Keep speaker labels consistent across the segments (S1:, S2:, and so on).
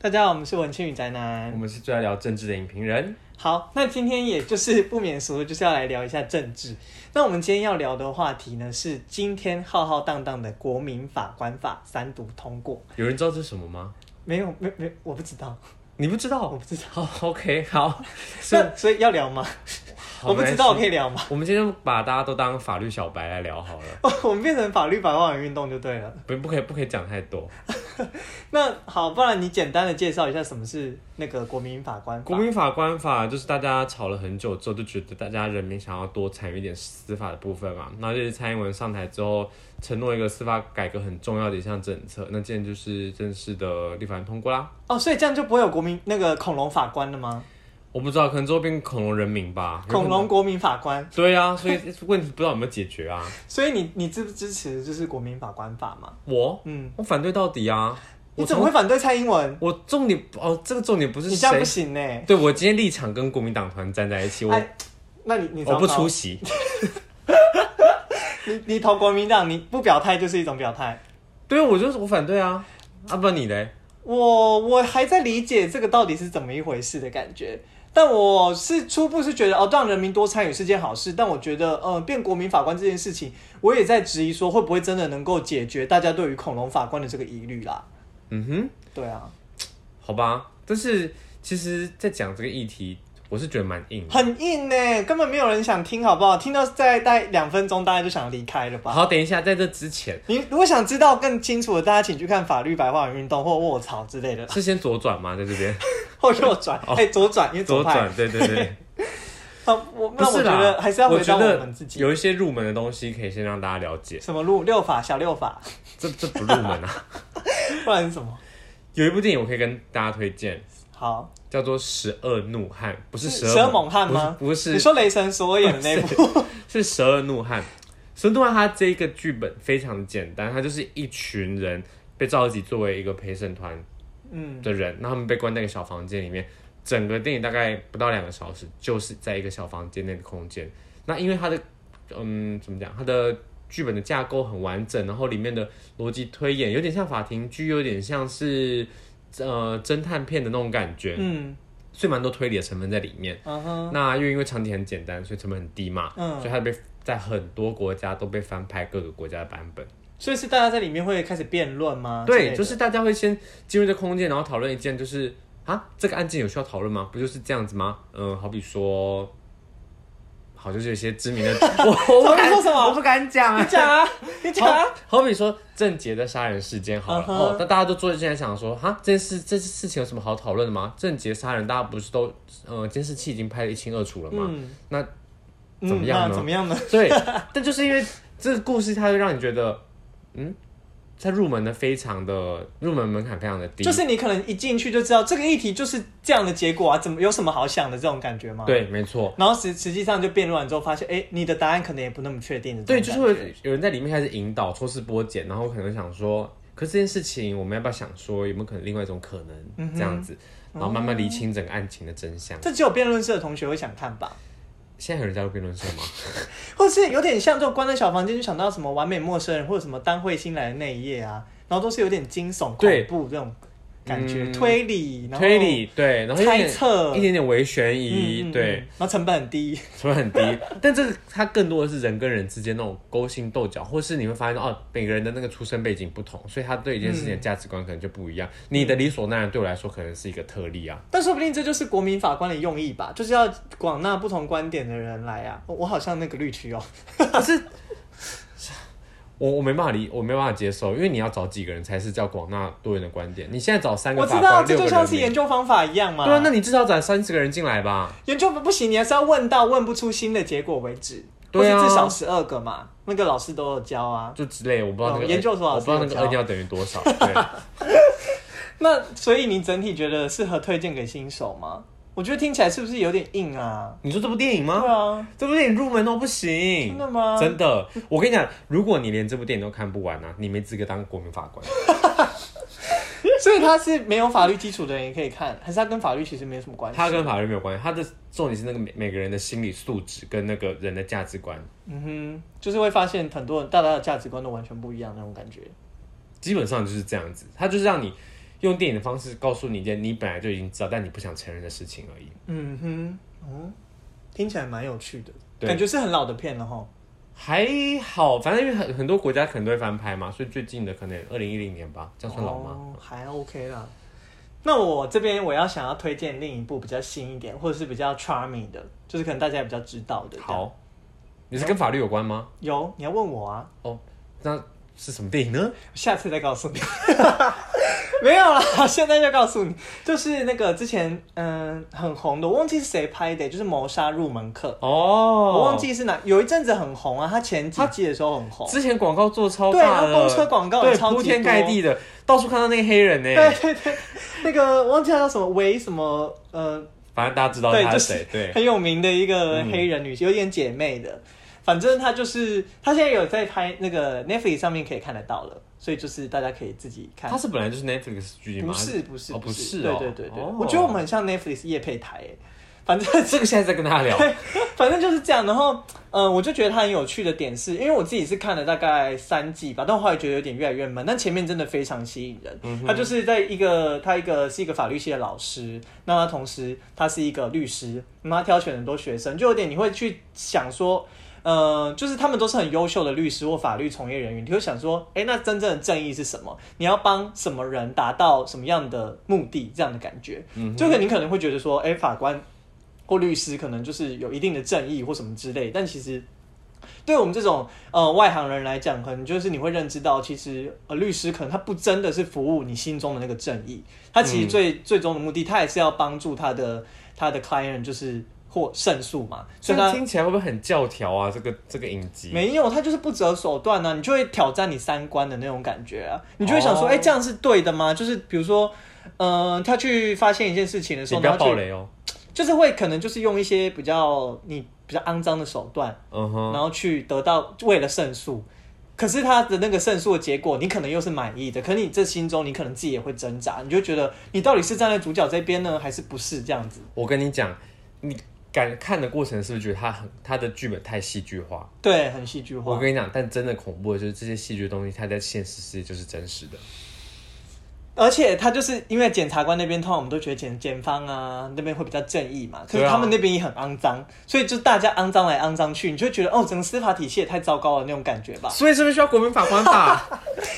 S1: 大家好，我们是文青与宅男
S2: 我。们是最爱聊政治的影评人，
S1: 好，那今天也就是不免俗，就是要来聊一下政治。那我们今天要聊的话题呢，是今天浩浩荡荡的《国民法官法》三读通过。
S2: 有人知道这是什么吗？
S1: 没有，没没，我不知道，
S2: 你不知道？
S1: 我不 知道。
S2: 好，OK，好，哦
S1: 那所以要聊吗？
S2: 好
S1: 我不知道，我
S2: 没
S1: 可以聊吗？
S2: 关系我们今天把大家都当法律小白来聊好了，
S1: 我们变成法律白话文运动就对了。
S2: 不，不可以，不可以讲太多。
S1: 那好，不然你简单的介绍一下什么是那个国民法官法？
S2: 国民法官法就是大家吵了很久之后，就觉得大家人民想要多参与一点司法的部分嘛。那就是蔡英文上台之后承诺一个司法改革很重要的一项政策，那今天就是正式的立法院通过啦。
S1: 哦，所以这样就不会有国民那个恐龙法官了吗？
S2: 我不知道，可能之后变恐龙人民吧。有可
S1: 恐
S2: 能
S1: 龙国民法官。
S2: 对啊，所以问题不知道有没有解决啊？
S1: 所以你你支不支持就是国民法官法吗？
S2: 我
S1: 嗯，
S2: 我反对到底啊！
S1: 你
S2: 我
S1: 怎么会反对蔡英文？
S2: 我重点哦，这个重点不是
S1: 你这样
S2: 谁
S1: 不，行呢、
S2: 对我今天立场跟国民党团站在一起，我
S1: 哎，那你你
S2: 我不
S1: 糟糕
S2: 出，席，
S1: 你你投国民党，你不表态就是一种表态。
S2: 对，我就是我反对啊！啊，不然你嘞？
S1: 我我还在理解这个到底是怎么一回事的感觉，但我是初步是觉得哦，让人民多参与是件好事，但我觉得呃，变国民法官这件事情，我也在质疑说会不会真的能够解决大家对于恐龙法官的这个疑虑啦。
S2: 嗯哼，
S1: 对啊，
S2: 好吧。但是其实，在讲这个议题，我是觉得蛮硬的。
S1: 很硬呢、根本没有人想听，好不好？听到再待两分钟，大家就想离开了吧。
S2: 好，等一下，在这之前
S1: 你如果想知道更清楚的，大家请去看《法律白话文运动》或《卧槽》之类的，
S2: 是先左转吗？在这边
S1: 或右转，哎、左转，因为
S2: 哦左
S1: 派。
S2: 转，对对对，
S1: 啊，我
S2: 不
S1: 那我
S2: 是
S1: 觉
S2: 啦，
S1: 得还是要回
S2: 我
S1: 到
S2: 觉
S1: 我
S2: 得
S1: 们自己。
S2: 有一些入门的东西可以先让大家了解，
S1: 什么路六法小六法，
S2: 这这不入门啊。
S1: 不然是什么？
S2: 有一部电影我可以跟大家推荐，
S1: 好，
S2: 叫做《十二怒汉》，不是
S1: 是
S2: 十
S1: 十二
S2: 二
S1: 猛汉吗
S2: 不是，
S1: 你
S2: 不是
S1: 说雷神所演的那 部，
S2: 是十二怒汉。十二怒汉他这一个剧本非常的简单，他就是一群人被召集作为一个陪审团
S1: 嗯，
S2: 的人，那他们被关在一个小房间里面，整个电影大概不到两个小时，就是在一个小房间内的空间。那因为他的嗯怎么讲，他的剧本的架构很完整，然后里面的逻辑推演有点像法庭剧，有点像是呃侦探片的那种感觉，
S1: 嗯
S2: 所以蛮多推理的成分在里面。
S1: 嗯哼，
S2: 那又因为场景很简单，所以成本很低嘛，
S1: 嗯
S2: 所以它被在很多国家都被翻拍各个国家的版本。
S1: 所以是大家在里面会开始辩论吗？啊之类
S2: 对，
S1: 的
S2: 就是大家会先进入这空间，然后讨论一件，就是啊，这个案件有需要讨论吗？不就是这样子吗？嗯，好比说，好，就是有一些知名的， 我我不敢
S1: 说什么
S2: 我不敢讲
S1: 你
S2: 啊。
S1: 讲 啊，你讲啊，
S2: 好，好比说郑杰的杀人事件好了
S1: 嗯哼
S2: 哦，那大家都坐在这里想说，哈，这件事这件事情有什么好讨论的吗？郑杰杀人，大家不是都呃监视器已经拍得一清二楚了吗？
S1: 嗯，
S2: 那
S1: 嗯
S2: 怎么样呢
S1: 那怎么样呢？
S2: 对， 但就是因为这个故事，它会让你觉得，嗯，它入门的非常的入门门槛非常的低，
S1: 就是你可能一进去就知道这个议题就是这样的结果啊，怎么有什么好想的这种感觉吗？。
S2: 对，没错，
S1: 然后实实际上就辩论完之后，发现哎、诶你的答案可能也不那么确定的这
S2: 对，
S1: 种感
S2: 就
S1: 觉。
S2: 是会有人在里面开始引导抽丝剥茧，然后可能想说，可是这件事情我们要不要想说，有没有可能另外一种可能、
S1: 嗯哼嗯
S2: 这样子，然后慢慢厘清整个案情的真相。
S1: 这只有辩论社的同学会想看吧，
S2: 现在有人加入辩论社吗？
S1: 或是有点像这种关在小房间就想到什么完美陌生人或者什么单慧星来的那一夜啊，然后都是有点惊悚恐
S2: 对
S1: 怖这种感觉，
S2: 嗯
S1: 推理，然后
S2: 推理对，然后有
S1: 猜
S2: 点
S1: 测
S2: 一，点点微悬疑，
S1: 嗯嗯
S2: 对
S1: 嗯，然后成本很低，
S2: 成本很低， 但这个它更多的是人跟人之间那种勾心斗角，或是你会发现哦，每个人的那个出身背景不同，所以他对一件事
S1: 嗯
S2: 情的价值观可能就不一样。你的理所当然对我来说可能是一个特例啊，
S1: 但说不定这就是国民法官的用意吧，就是要广纳不同观点的人来啊。我我好像那个绿区哦，
S2: 可是我我没办法理，我没办法接受，因为你要找几个人才是叫广纳多元的观点。你现在找三个
S1: 我知
S2: 法
S1: 道
S2: 官，
S1: 这
S2: 六
S1: 就
S2: 个
S1: 像是
S2: 人
S1: 研
S2: 名，
S1: 究方法一样嘛。
S2: 对啊，那你至少找三十个人进来吧。
S1: 研究不行，你还是要问到问不出新的结果为止，
S2: 对啊
S1: 或是至少十二个嘛，那个老师都有教啊。
S2: 就之类，我不知道那个
S1: 哦研究所老
S2: 我
S1: 师
S2: 不知道
S1: 有
S2: 那个
S1: 教
S2: N 要等于多少。对，
S1: 那所以你整体觉得适合推荐给新手吗？我觉得听起来是不是有点硬啊？
S2: 你说这部电影吗？
S1: 对啊，
S2: 这部电影入门都不行，
S1: 真的吗
S2: 真的，我跟你讲，如果你连这部电影都看不完呢、啊，你没资格当国民法官。
S1: 哦所以他是没有法律基础的人也可以看，还是他跟法律其实没有什么关系？
S2: 他跟法律没有关系，他的重点是那个每每个人的心理素质跟那个人的价值观，
S1: 嗯哼，就是会发现很多人大家的价值观都完全不一样那种感觉。
S2: 基本上就是这样子。他就是让你用电影的方式告诉你一件你本来就已经知道，但你不想承认的事情而已。
S1: 嗯哼，哦，听起来蛮有趣的，
S2: 对
S1: 感觉是很老的片了哈。
S2: 还好，反正因为很很多国家可能都会翻拍嘛，所以最近的可能二零一零年吧，这样算老吗？
S1: 哦？还 OK 啦。那我这边我要想要推荐另一部比较新一点，或者是比较 charming 的，就是可能大家也比较知道的。这样，
S2: 好，你是跟法律有关吗？
S1: 有你要问我啊，
S2: 哦，那是什么电影呢？
S1: 下次再告诉你。 没有啦，现在就告诉你，就是那个之前嗯很红的，我忘记是谁拍的，就是《谋杀入门课》
S2: 哦，
S1: 我忘记是哪，有一阵子很红啊，他前几季的时候很红。
S2: 之前广告做超
S1: 哦对
S2: 大的，
S1: 然后公车广告也
S2: 对
S1: 超级
S2: 铺天
S1: 多
S2: 盖地的，到处看到那个黑人呢、
S1: 对对对，那个我忘记他叫什么维什么呃，
S2: 反正大家知道
S1: 对，
S2: 他
S1: 就是
S2: 谁
S1: 是，
S2: 对， 嗯
S1: 很有名的一个黑人女星，有点姐妹的。反正她就是，她现在有在拍那个 Netflix 上面可以看得到了，所以就是大家可以自己看
S2: 他。是本来就是 Netflix 剧吗？
S1: 不是不是
S2: 哦不
S1: 是，
S2: 是
S1: 对
S2: 哦，
S1: 对对对，
S2: 哦
S1: 我觉得我们很像 Netflix 夜配台诶。欸反正
S2: 这个现在在跟大家 聊，
S1: 反正就是这样。然后，嗯、我就觉得它很有趣的点是，因为我自己是看了大概三季吧，但我后来觉得有点越来越闷。但前面真的非常吸引人。他就是在一个，他一个是一个法律系的老师，那他同时他是一个律师，那他挑选很多学生，就有点你会去想说。呃，就是他们都是很优秀的律师或法律从业人员，你会想说，哎、那真正的正义是什么？你要帮什么人达到什么样的目的？这样的感觉，嗯，就可你可能会觉得说，哎、法官或律师可能就是有一定的正义或什么之类，但其实对我们这种呃外行人来讲，可能就是你会认知到，其实呃律师可能他不真的是服务你心中的那个正义，他其实最、最终的目的，他也是要帮助他的他的 client 就是获胜诉嘛，所
S2: 这
S1: 以他
S2: 样听起来会不会很教条啊？这个这个影集，
S1: 没有，他就是不择手段啊，你就会挑战你三观的那种感觉啊，你就会想说，
S2: 哦
S1: 哎、这样是对的吗？就是比如说，嗯、他去发现一件事情的时
S2: 你
S1: 候，
S2: 不要
S1: 然后
S2: 暴
S1: 去
S2: 雷哦，
S1: 就是会可能就是用一些比较你比较肮脏的手段，
S2: 嗯哼，
S1: 然后去得到为了胜诉。可是他的那个胜诉的结果，你可能又是满意的，可你这心中你可能自己也会挣扎，你就觉得你到底是站在主角这边呢，还是不是这样子？
S2: 我跟你讲，你感看的过程是不是觉得他很他的剧本太戏剧化？
S1: 对，很戏剧
S2: 我
S1: 化。
S2: 跟你讲，但真的恐怖的就是这些戏剧的东西，它在现实世界就是真实的。
S1: 而且他就是因为检察官那边，通常我们都觉得检检方啊那边会比较正义嘛，可是
S2: 对啊
S1: 他们那边也很肮脏，所以就大家肮脏来肮脏去，你就会觉得哦，整个司法体系也太糟糕了那种感觉吧。
S2: 所以是不是需要国民法官 法？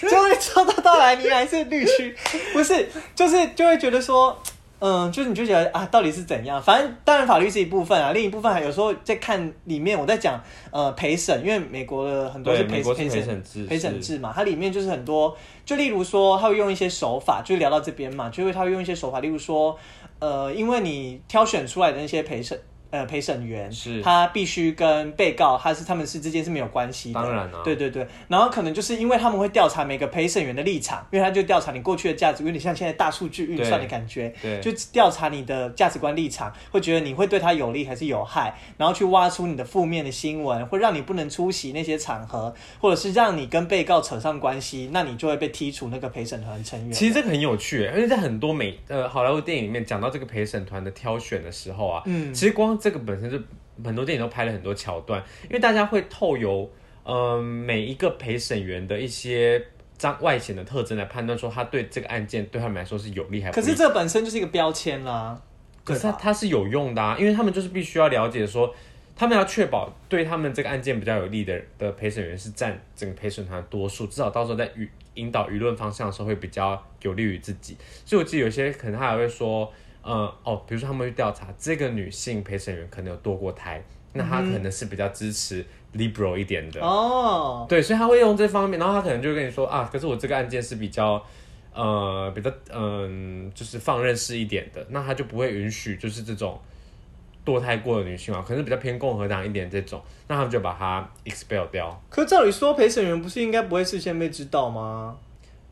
S1: 就会抽到到来，你还是绿 区，不是，就是就会觉得说，嗯，就是你就觉得啊，到底是怎样？反正当然法律是一部分啊，另一部分还有时候在看里面，我在讲呃陪审，因为美国的很多
S2: 对
S1: 是陪
S2: 美国是
S1: 陪
S2: 陪审制
S1: 陪审
S2: 是
S1: 制嘛，它里面就是很多，就例如说他会用一些手法，就聊到这边嘛，就会他会用一些手法，例如说呃，因为你挑选出来的那些陪审。呃，陪审员
S2: 是
S1: 他必须跟被告，他是他们是之间是没有关系的，
S2: 当然啊
S1: 对对对，然后可能就是因为他们会调查每个陪审员的立场，因为他就调查你过去的价值，有点像现在大数据运算的感觉，
S2: 对
S1: 就调查你的价值观立场，会觉得你会对他有利还是有害，然后去挖出你的负面的新闻，会让你不能出席那些场合，或者是让你跟被告扯上关系，那你就会被剔除那个陪审团成员。
S2: 其实这个很有趣，因为在很多美呃好莱坞电影里面讲到这个陪审团的挑选的时候啊，
S1: 嗯
S2: 其实光这个本身就很多电影都拍了很多桥段，因为大家会透由呃每一个陪审员的一些张外显的特征来判断说他对这个案件对他们来说是有利还不
S1: 可
S2: 利。
S1: 是这本身就是一个标签啊啦，
S2: 可是
S1: 对
S2: 它
S1: 吧
S2: 它是有用的啊，因为他们就是必须要了解说，他们要确保对他们这个案件比较有利的的陪审员是占整个陪审团的多数，至少到时候在舆引导舆论方向的时候会比较有利于自己。所以我记得有些可能他还会说，呃，哦，比如说他们去调查这个女性陪审员可能有堕过胎，那
S1: 嗯
S2: 她可能是比较支持 liberal 一点的，
S1: 哦，
S2: 对，所以他会用这方面，然后他可能就会跟你说啊，可是我这个案件是比较，呃，比较嗯、就是放任式一点的，那他就不会允许就是这种堕胎过的女性啊，可能是比较偏共和党一点这种，那他们就把它 expel 掉。
S1: 可照理说陪审员不是应该不会事先被知道吗？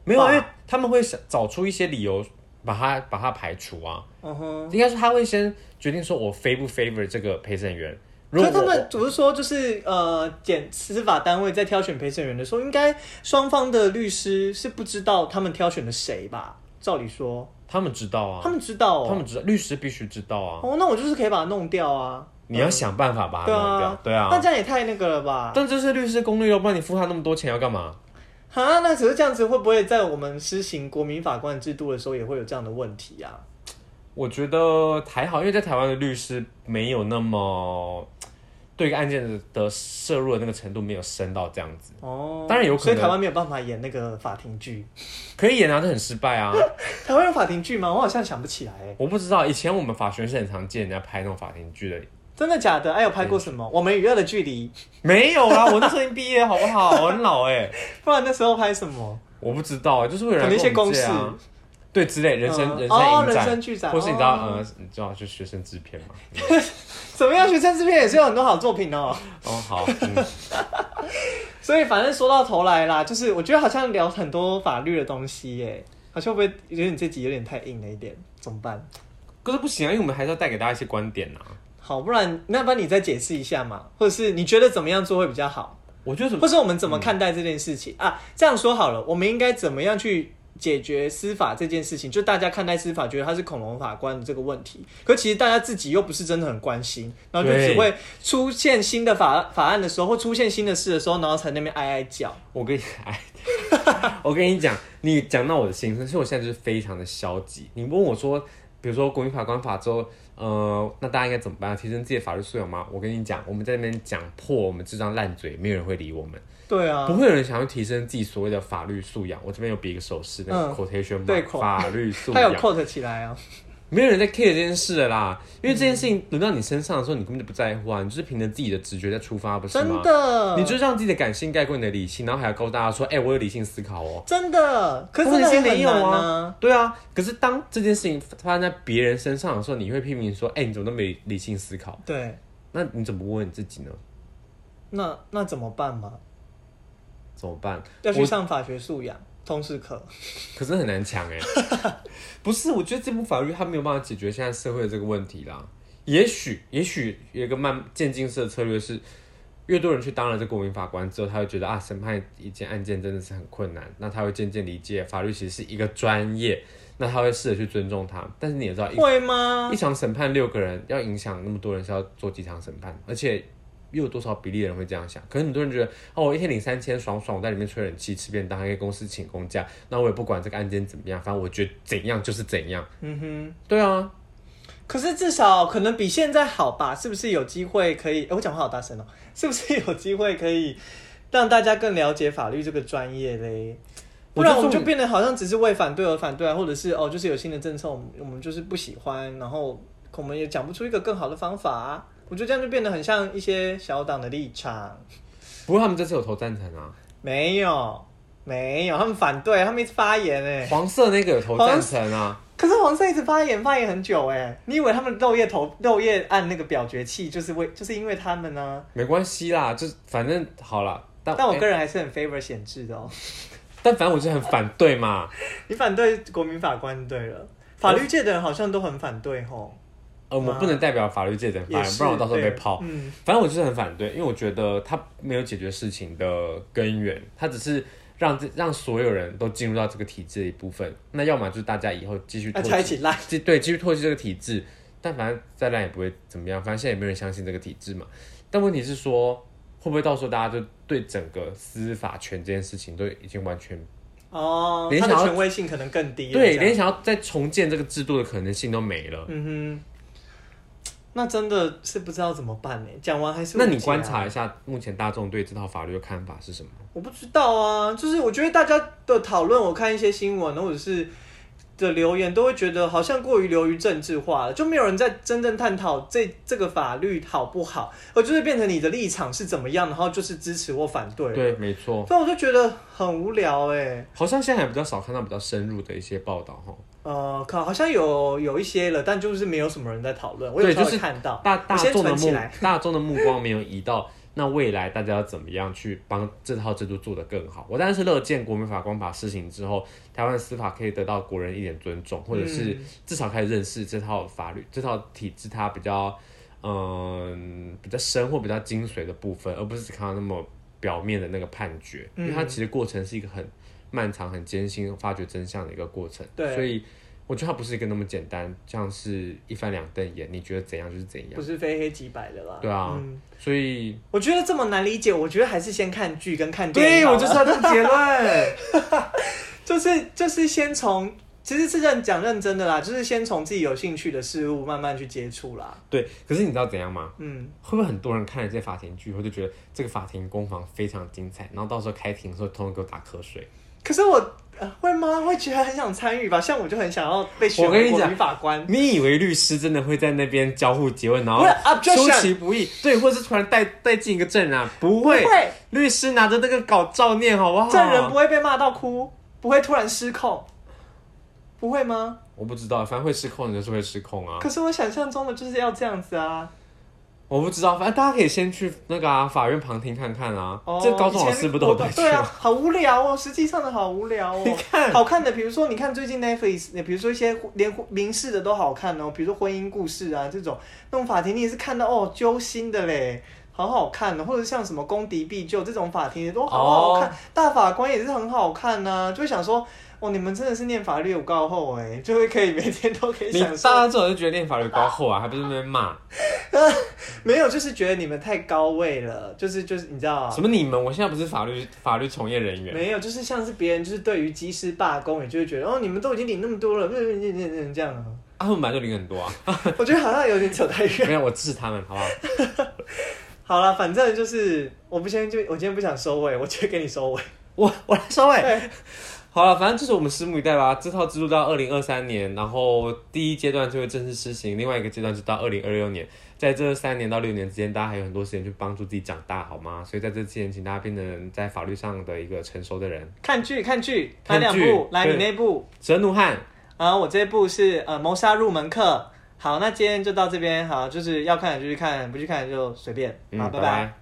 S2: 没有，啊
S1: 哇
S2: 因为他们会想找出一些理由把它把它排除啊。
S1: 嗯哼。
S2: 应该说他会先决定说我 favor 不 favor 这个陪审员。如
S1: 可
S2: 果
S1: 是他
S2: 我
S1: 们只是说，就是呃，检司法单位在挑选陪审员的时候，应该双方的律师是不知道他们挑选的谁吧？照理说，
S2: 他们知道啊，
S1: 他们知道
S2: 他
S1: 哦。
S2: 们知道，律师必须知道啊。
S1: 哦，那我就是可以把它弄掉啊。
S2: 你要想办法把它
S1: 对
S2: 弄掉
S1: 啊，，
S2: 对啊。
S1: 那这样也太那个了吧？
S2: 但这是律师攻略哦，不然你付他那么多钱要干嘛？
S1: 哈，那可是这样子会不会在我们施行国民法官制度的时候也会有这样的问题啊？
S2: 我觉得还好，因为在台湾的律师没有那么对一个案件的的摄入的那个程度没有深到这样子，
S1: 哦，
S2: 当然有可
S1: 所
S2: 能
S1: 以台湾没有办法演那个法庭剧。
S2: 可以演啊，这很失败啊。
S1: 台湾有法庭剧吗？我好像想不起来、欸，
S2: 我不知道，以前我们法学院是很常见人家拍那种法庭剧的，
S1: 真的假的？哎，有拍过什么？我们与恶的距离，
S2: 没有啦，我那时候已经毕业，好不好？我很老哎、
S1: 不然那时候拍什么？
S2: 我不知道、欸，就是会有人
S1: 可能一些
S2: 跟我
S1: 公
S2: 们借啊，对之类人生、
S1: 嗯
S2: 人
S1: 哦
S2: 生影
S1: 人
S2: 展，
S1: 生剧展
S2: 或是你知道、
S1: 哦
S2: 呃，你知道就学生制片嘛？
S1: 怎么样？学生制片也是有很多好作品哦、
S2: 哦，好，嗯、
S1: 所以反正说到头来啦，就是我觉得好像聊很多法律的东西耶、好像会不会有点这集有点太硬了一点？怎么办？
S2: 可是不行啊，因为我们还是要带给大家一些观点啊呐、
S1: 好，不然那不然你再解释一下嘛，或者是你觉得怎么样做会比较好？
S2: 我觉得怎么
S1: 或是我们怎么看待这件事情、啊？这样说好了，我们应该怎么样去解决司法这件事情？就大家看待司法，觉得他是恐龙法官的这个问题，可其实大家自己又不是真的很关心，然后就
S2: 对
S1: 只会出现新的法法案的时候，或出现新的事的时候，然后才那边哀哀叫。
S2: 我跟你，哎，我跟你讲，你讲到我的心声，所以我现在就是非常的消极。你问我说，比如说国民法官法之后，呃，那大家应该怎么办？提升自己的法律素养吗？我跟你讲，我们在那边讲破我们这张烂嘴，没有人会理我们，
S1: 对啊
S2: 不，会有人想要提升自己所谓的法律素养。我这边有比一个手势，那
S1: 嗯
S2: 个 quotation mark，、
S1: 对，quote
S2: 法律素
S1: 他有
S2: 养，
S1: quote 起来啊。
S2: 没有人在 care 这件事了啦。因为这件事情轮到你身上的时候，你根本就不在乎啊，你就是凭着自己的直觉在出发，不是吗
S1: 真？的，
S2: 你就让自己的感性盖过你的理性，然后还要告诉大家说，哎、我有理性思考哦。
S1: 真的，可是
S2: 问
S1: 真
S2: 题
S1: 的也
S2: 是
S1: 很
S2: 没有
S1: 难
S2: 啊。，对啊。可是当这件事情发生在别人身上的时候，你会批评说：“哎、你怎么都没理性思考
S1: 对，？”
S2: 那你怎么问你自己呢？
S1: 那那怎么办嘛？
S2: 怎么办？
S1: 要去
S2: 我
S1: 上法学素养通识课。
S2: 可是很难抢哎、不是，我觉得这部法律它没有办法解决现在社会的这个问题啦。也许，也许有一个慢渐进式的策略是，越多人去当了这国民法官之后，他会觉得啊，审判一件案件真的是很困难，那他会渐渐理解法律其实是一个专业，那他会试着去尊重它。但是你也知道，一
S1: 会吗
S2: 一？场审判六个人，要影响那么多人是要做几场审判，而且又有多少比例的人会这样想？可能很多人觉得，哦，我一天领三千，爽爽，我在里面吹冷气、吃便当，还给公司请公假，那我也不管这个案件怎么样，反正我觉得怎样就是怎样。
S1: 嗯哼。
S2: 对啊，
S1: 可是至少可能比现在好吧？是不是有机会可以？诶我讲话好大声哦、 是不是有机会可以让大家更了解法律这个专业嘞？不
S2: 我就
S1: 然
S2: 说
S1: 我们就变得好像只是为反对而反对啊，或者是哦，就是有新的政策，我们我们就是不喜欢，然后我们也讲不出一个更好的方法、啊。我觉得这样就变得很像一些小党的立场，
S2: 不过他们这次有投赞成啊，
S1: 没有，没有，他们反对，他们一直发言哎、
S2: 黄色那个有投赞成啊，
S1: 可是黄色一直发言，发言很久哎，你以为他们漏夜投漏夜按那个表决器，就是为就是因为他们呢、
S2: 没关系啦，就是反正好啦。但
S1: 但我
S2: 哎
S1: 个人还是很 favor 显制的哦。
S2: 但反正我就很反对嘛。
S1: 你反对国民法官就对了，法律界的人好像都很反对吼，
S2: 呃，我不能代表法律界的人发
S1: 啊也
S2: 言，
S1: 是
S2: 不然我到时候被
S1: 对
S2: 泡。
S1: 嗯，
S2: 反正我就是很反对，因为我觉得他没有解决事情的根源，他只是让这让所有人都进入到这个体制的一部分。那要么就是大家以后继续
S1: 大
S2: 唾
S1: 家一
S2: 弃，
S1: 起赖。
S2: 继对继续唾弃这个体制，但反正再烂也不会怎么样，反正现在也没有人相信这个体制嘛。但问题是说，会不会到时候大家就对整个司法权这件事情都已经完全
S1: 哦，
S2: 连
S1: 他的
S2: 想要
S1: 权威性可能更低了。
S2: 对，
S1: 这样
S2: 连想要再重建这个制度的可能性都没了？
S1: 嗯哼，那真的是不知道怎么办呢。讲完还是
S2: 那
S1: 误
S2: 你
S1: 解啊
S2: 观察一下目前大众对这套法律的看法是什么？
S1: 我不知道啊，就是我觉得大家的讨论，我看一些新闻或者是的留言，都会觉得好像过于流于政治化了，就没有人在真正探讨这这个法律好不好，而就是变成你的立场是怎么样，然后就是支持或反对。
S2: 对，没错。
S1: 所以我就觉得很无聊哎、
S2: 好像现在还比较少看到比较深入的一些报道哈。
S1: 呃，可好像有有一些了，但就是没有什么人在讨论。我有
S2: 对
S1: 时候
S2: 就是
S1: 看到，
S2: 大
S1: 我
S2: 大
S1: 先
S2: 众的
S1: 存起
S2: 目
S1: 来。
S2: 大众的目光没有移到那未来大家要怎么样去帮这套制度做得更好。我当然是乐见国民法官法施行之后，台湾的司法可以得到国人一点尊重，或者
S1: 嗯
S2: 是至少开始认识这套法律、这套体制它比较嗯比较深或比较精髓的部分，而不是只看到那么表面的那个判决，因为它其实过程是一个很漫长、很艰辛发掘真相的一个过程。
S1: 对
S2: 所以我觉得它不是一个那么简单，像是一翻两瞪眼，你觉得怎样就是怎样
S1: 不。是非黑即白的啦。
S2: 对啊，
S1: 嗯，
S2: 所以
S1: 我觉得这么难理解，我觉得还是先看剧跟看电影
S2: 对啊
S1: 好了。
S2: 我就是要这个结论。
S1: 就是就是先从，其实是认讲认真的啦，就是先从自己有兴趣的事物慢慢去接触啦。
S2: 对，可是你知道怎样吗？
S1: 嗯，
S2: 会不会很多人看了这法庭剧后就觉得这个法庭攻防非常精彩，然后到时候开庭的时候通通给我打瞌睡？
S1: 可是我、呃、会吗？会觉得很想参与吧？像我就很想要被选
S2: 我跟
S1: 为
S2: 你
S1: 国
S2: 讲
S1: 民法官。
S2: 你以为律师真的会在那边交互诘问，然后
S1: 不是 objection
S2: 出其不意，对，或是突然带带进一个证人啊？不
S1: 不
S2: 会，哦
S1: 会，
S2: 律师拿着那个稿照念，好不好？
S1: 证人不会被骂到哭，不会突然失控，不会吗？
S2: 我不知道，反正会失控的就是会失控啊。
S1: 可是我想象中的就是要这样子啊。
S2: 我不知道，反正大家可以先去那个啊法院旁听看看啊。
S1: 哦，
S2: 这高中老
S1: 以前
S2: 师不都有
S1: 我
S2: 带去
S1: 对啊，
S2: 吗？
S1: 好无聊哦，实际上的好无聊哦。
S2: 你看
S1: 好看的，比如说你看最近 Netflix，你比如说一些连民事的都好看哦，比如说婚姻故事啊这种，那种法庭你也是看到哦揪心的嘞，好好看哦，或者像什么公敌必救这种法庭也都好
S2: 哦
S1: 好看，大法官也是很好看呐、就会想说哦你们真的是念法律有高厚哎，就会可以每天都可以
S2: 你
S1: 享
S2: 大
S1: 受，
S2: 家这种就觉得念法律高厚啊，还不是在那边骂
S1: 没有就是觉得你们太高位了，就是就是你知道啊
S2: 什。么你们？我现在不是法律法律从业人员，
S1: 没有，就是像是别人就是对于及时罢工，也就会觉得哦，你们都已经领那么多了，不是不是这样啊。
S2: 啊，他们本来就领很多啊。
S1: 我觉得好像有点扯太远。
S2: 没有，我支持他们，好不好？
S1: 好了，反正就是我不先就我今天不想收尾，我直接给你收尾。
S2: 我我来收尾。
S1: 对
S2: 好了，反正就是我们拭目以待吧。这套制度到二零二三年，然后第一阶段就会正式施行，另外一个阶段就到二零二六年。在这三年到六年之间，大家还有很多时间去帮助自己长大，好吗？所以在这之前，请大家变成在法律上的一个成熟的人。
S1: 看剧，看剧，
S2: 看
S1: 看
S2: 剧
S1: 两部，来
S2: 对
S1: 你那部，
S2: 蛇奴汉，
S1: 然后我这部是呃谋杀入门课。好，那今天就到这边，好，就是要看的就去看，不去看就随便，好，
S2: 嗯，
S1: 拜
S2: 拜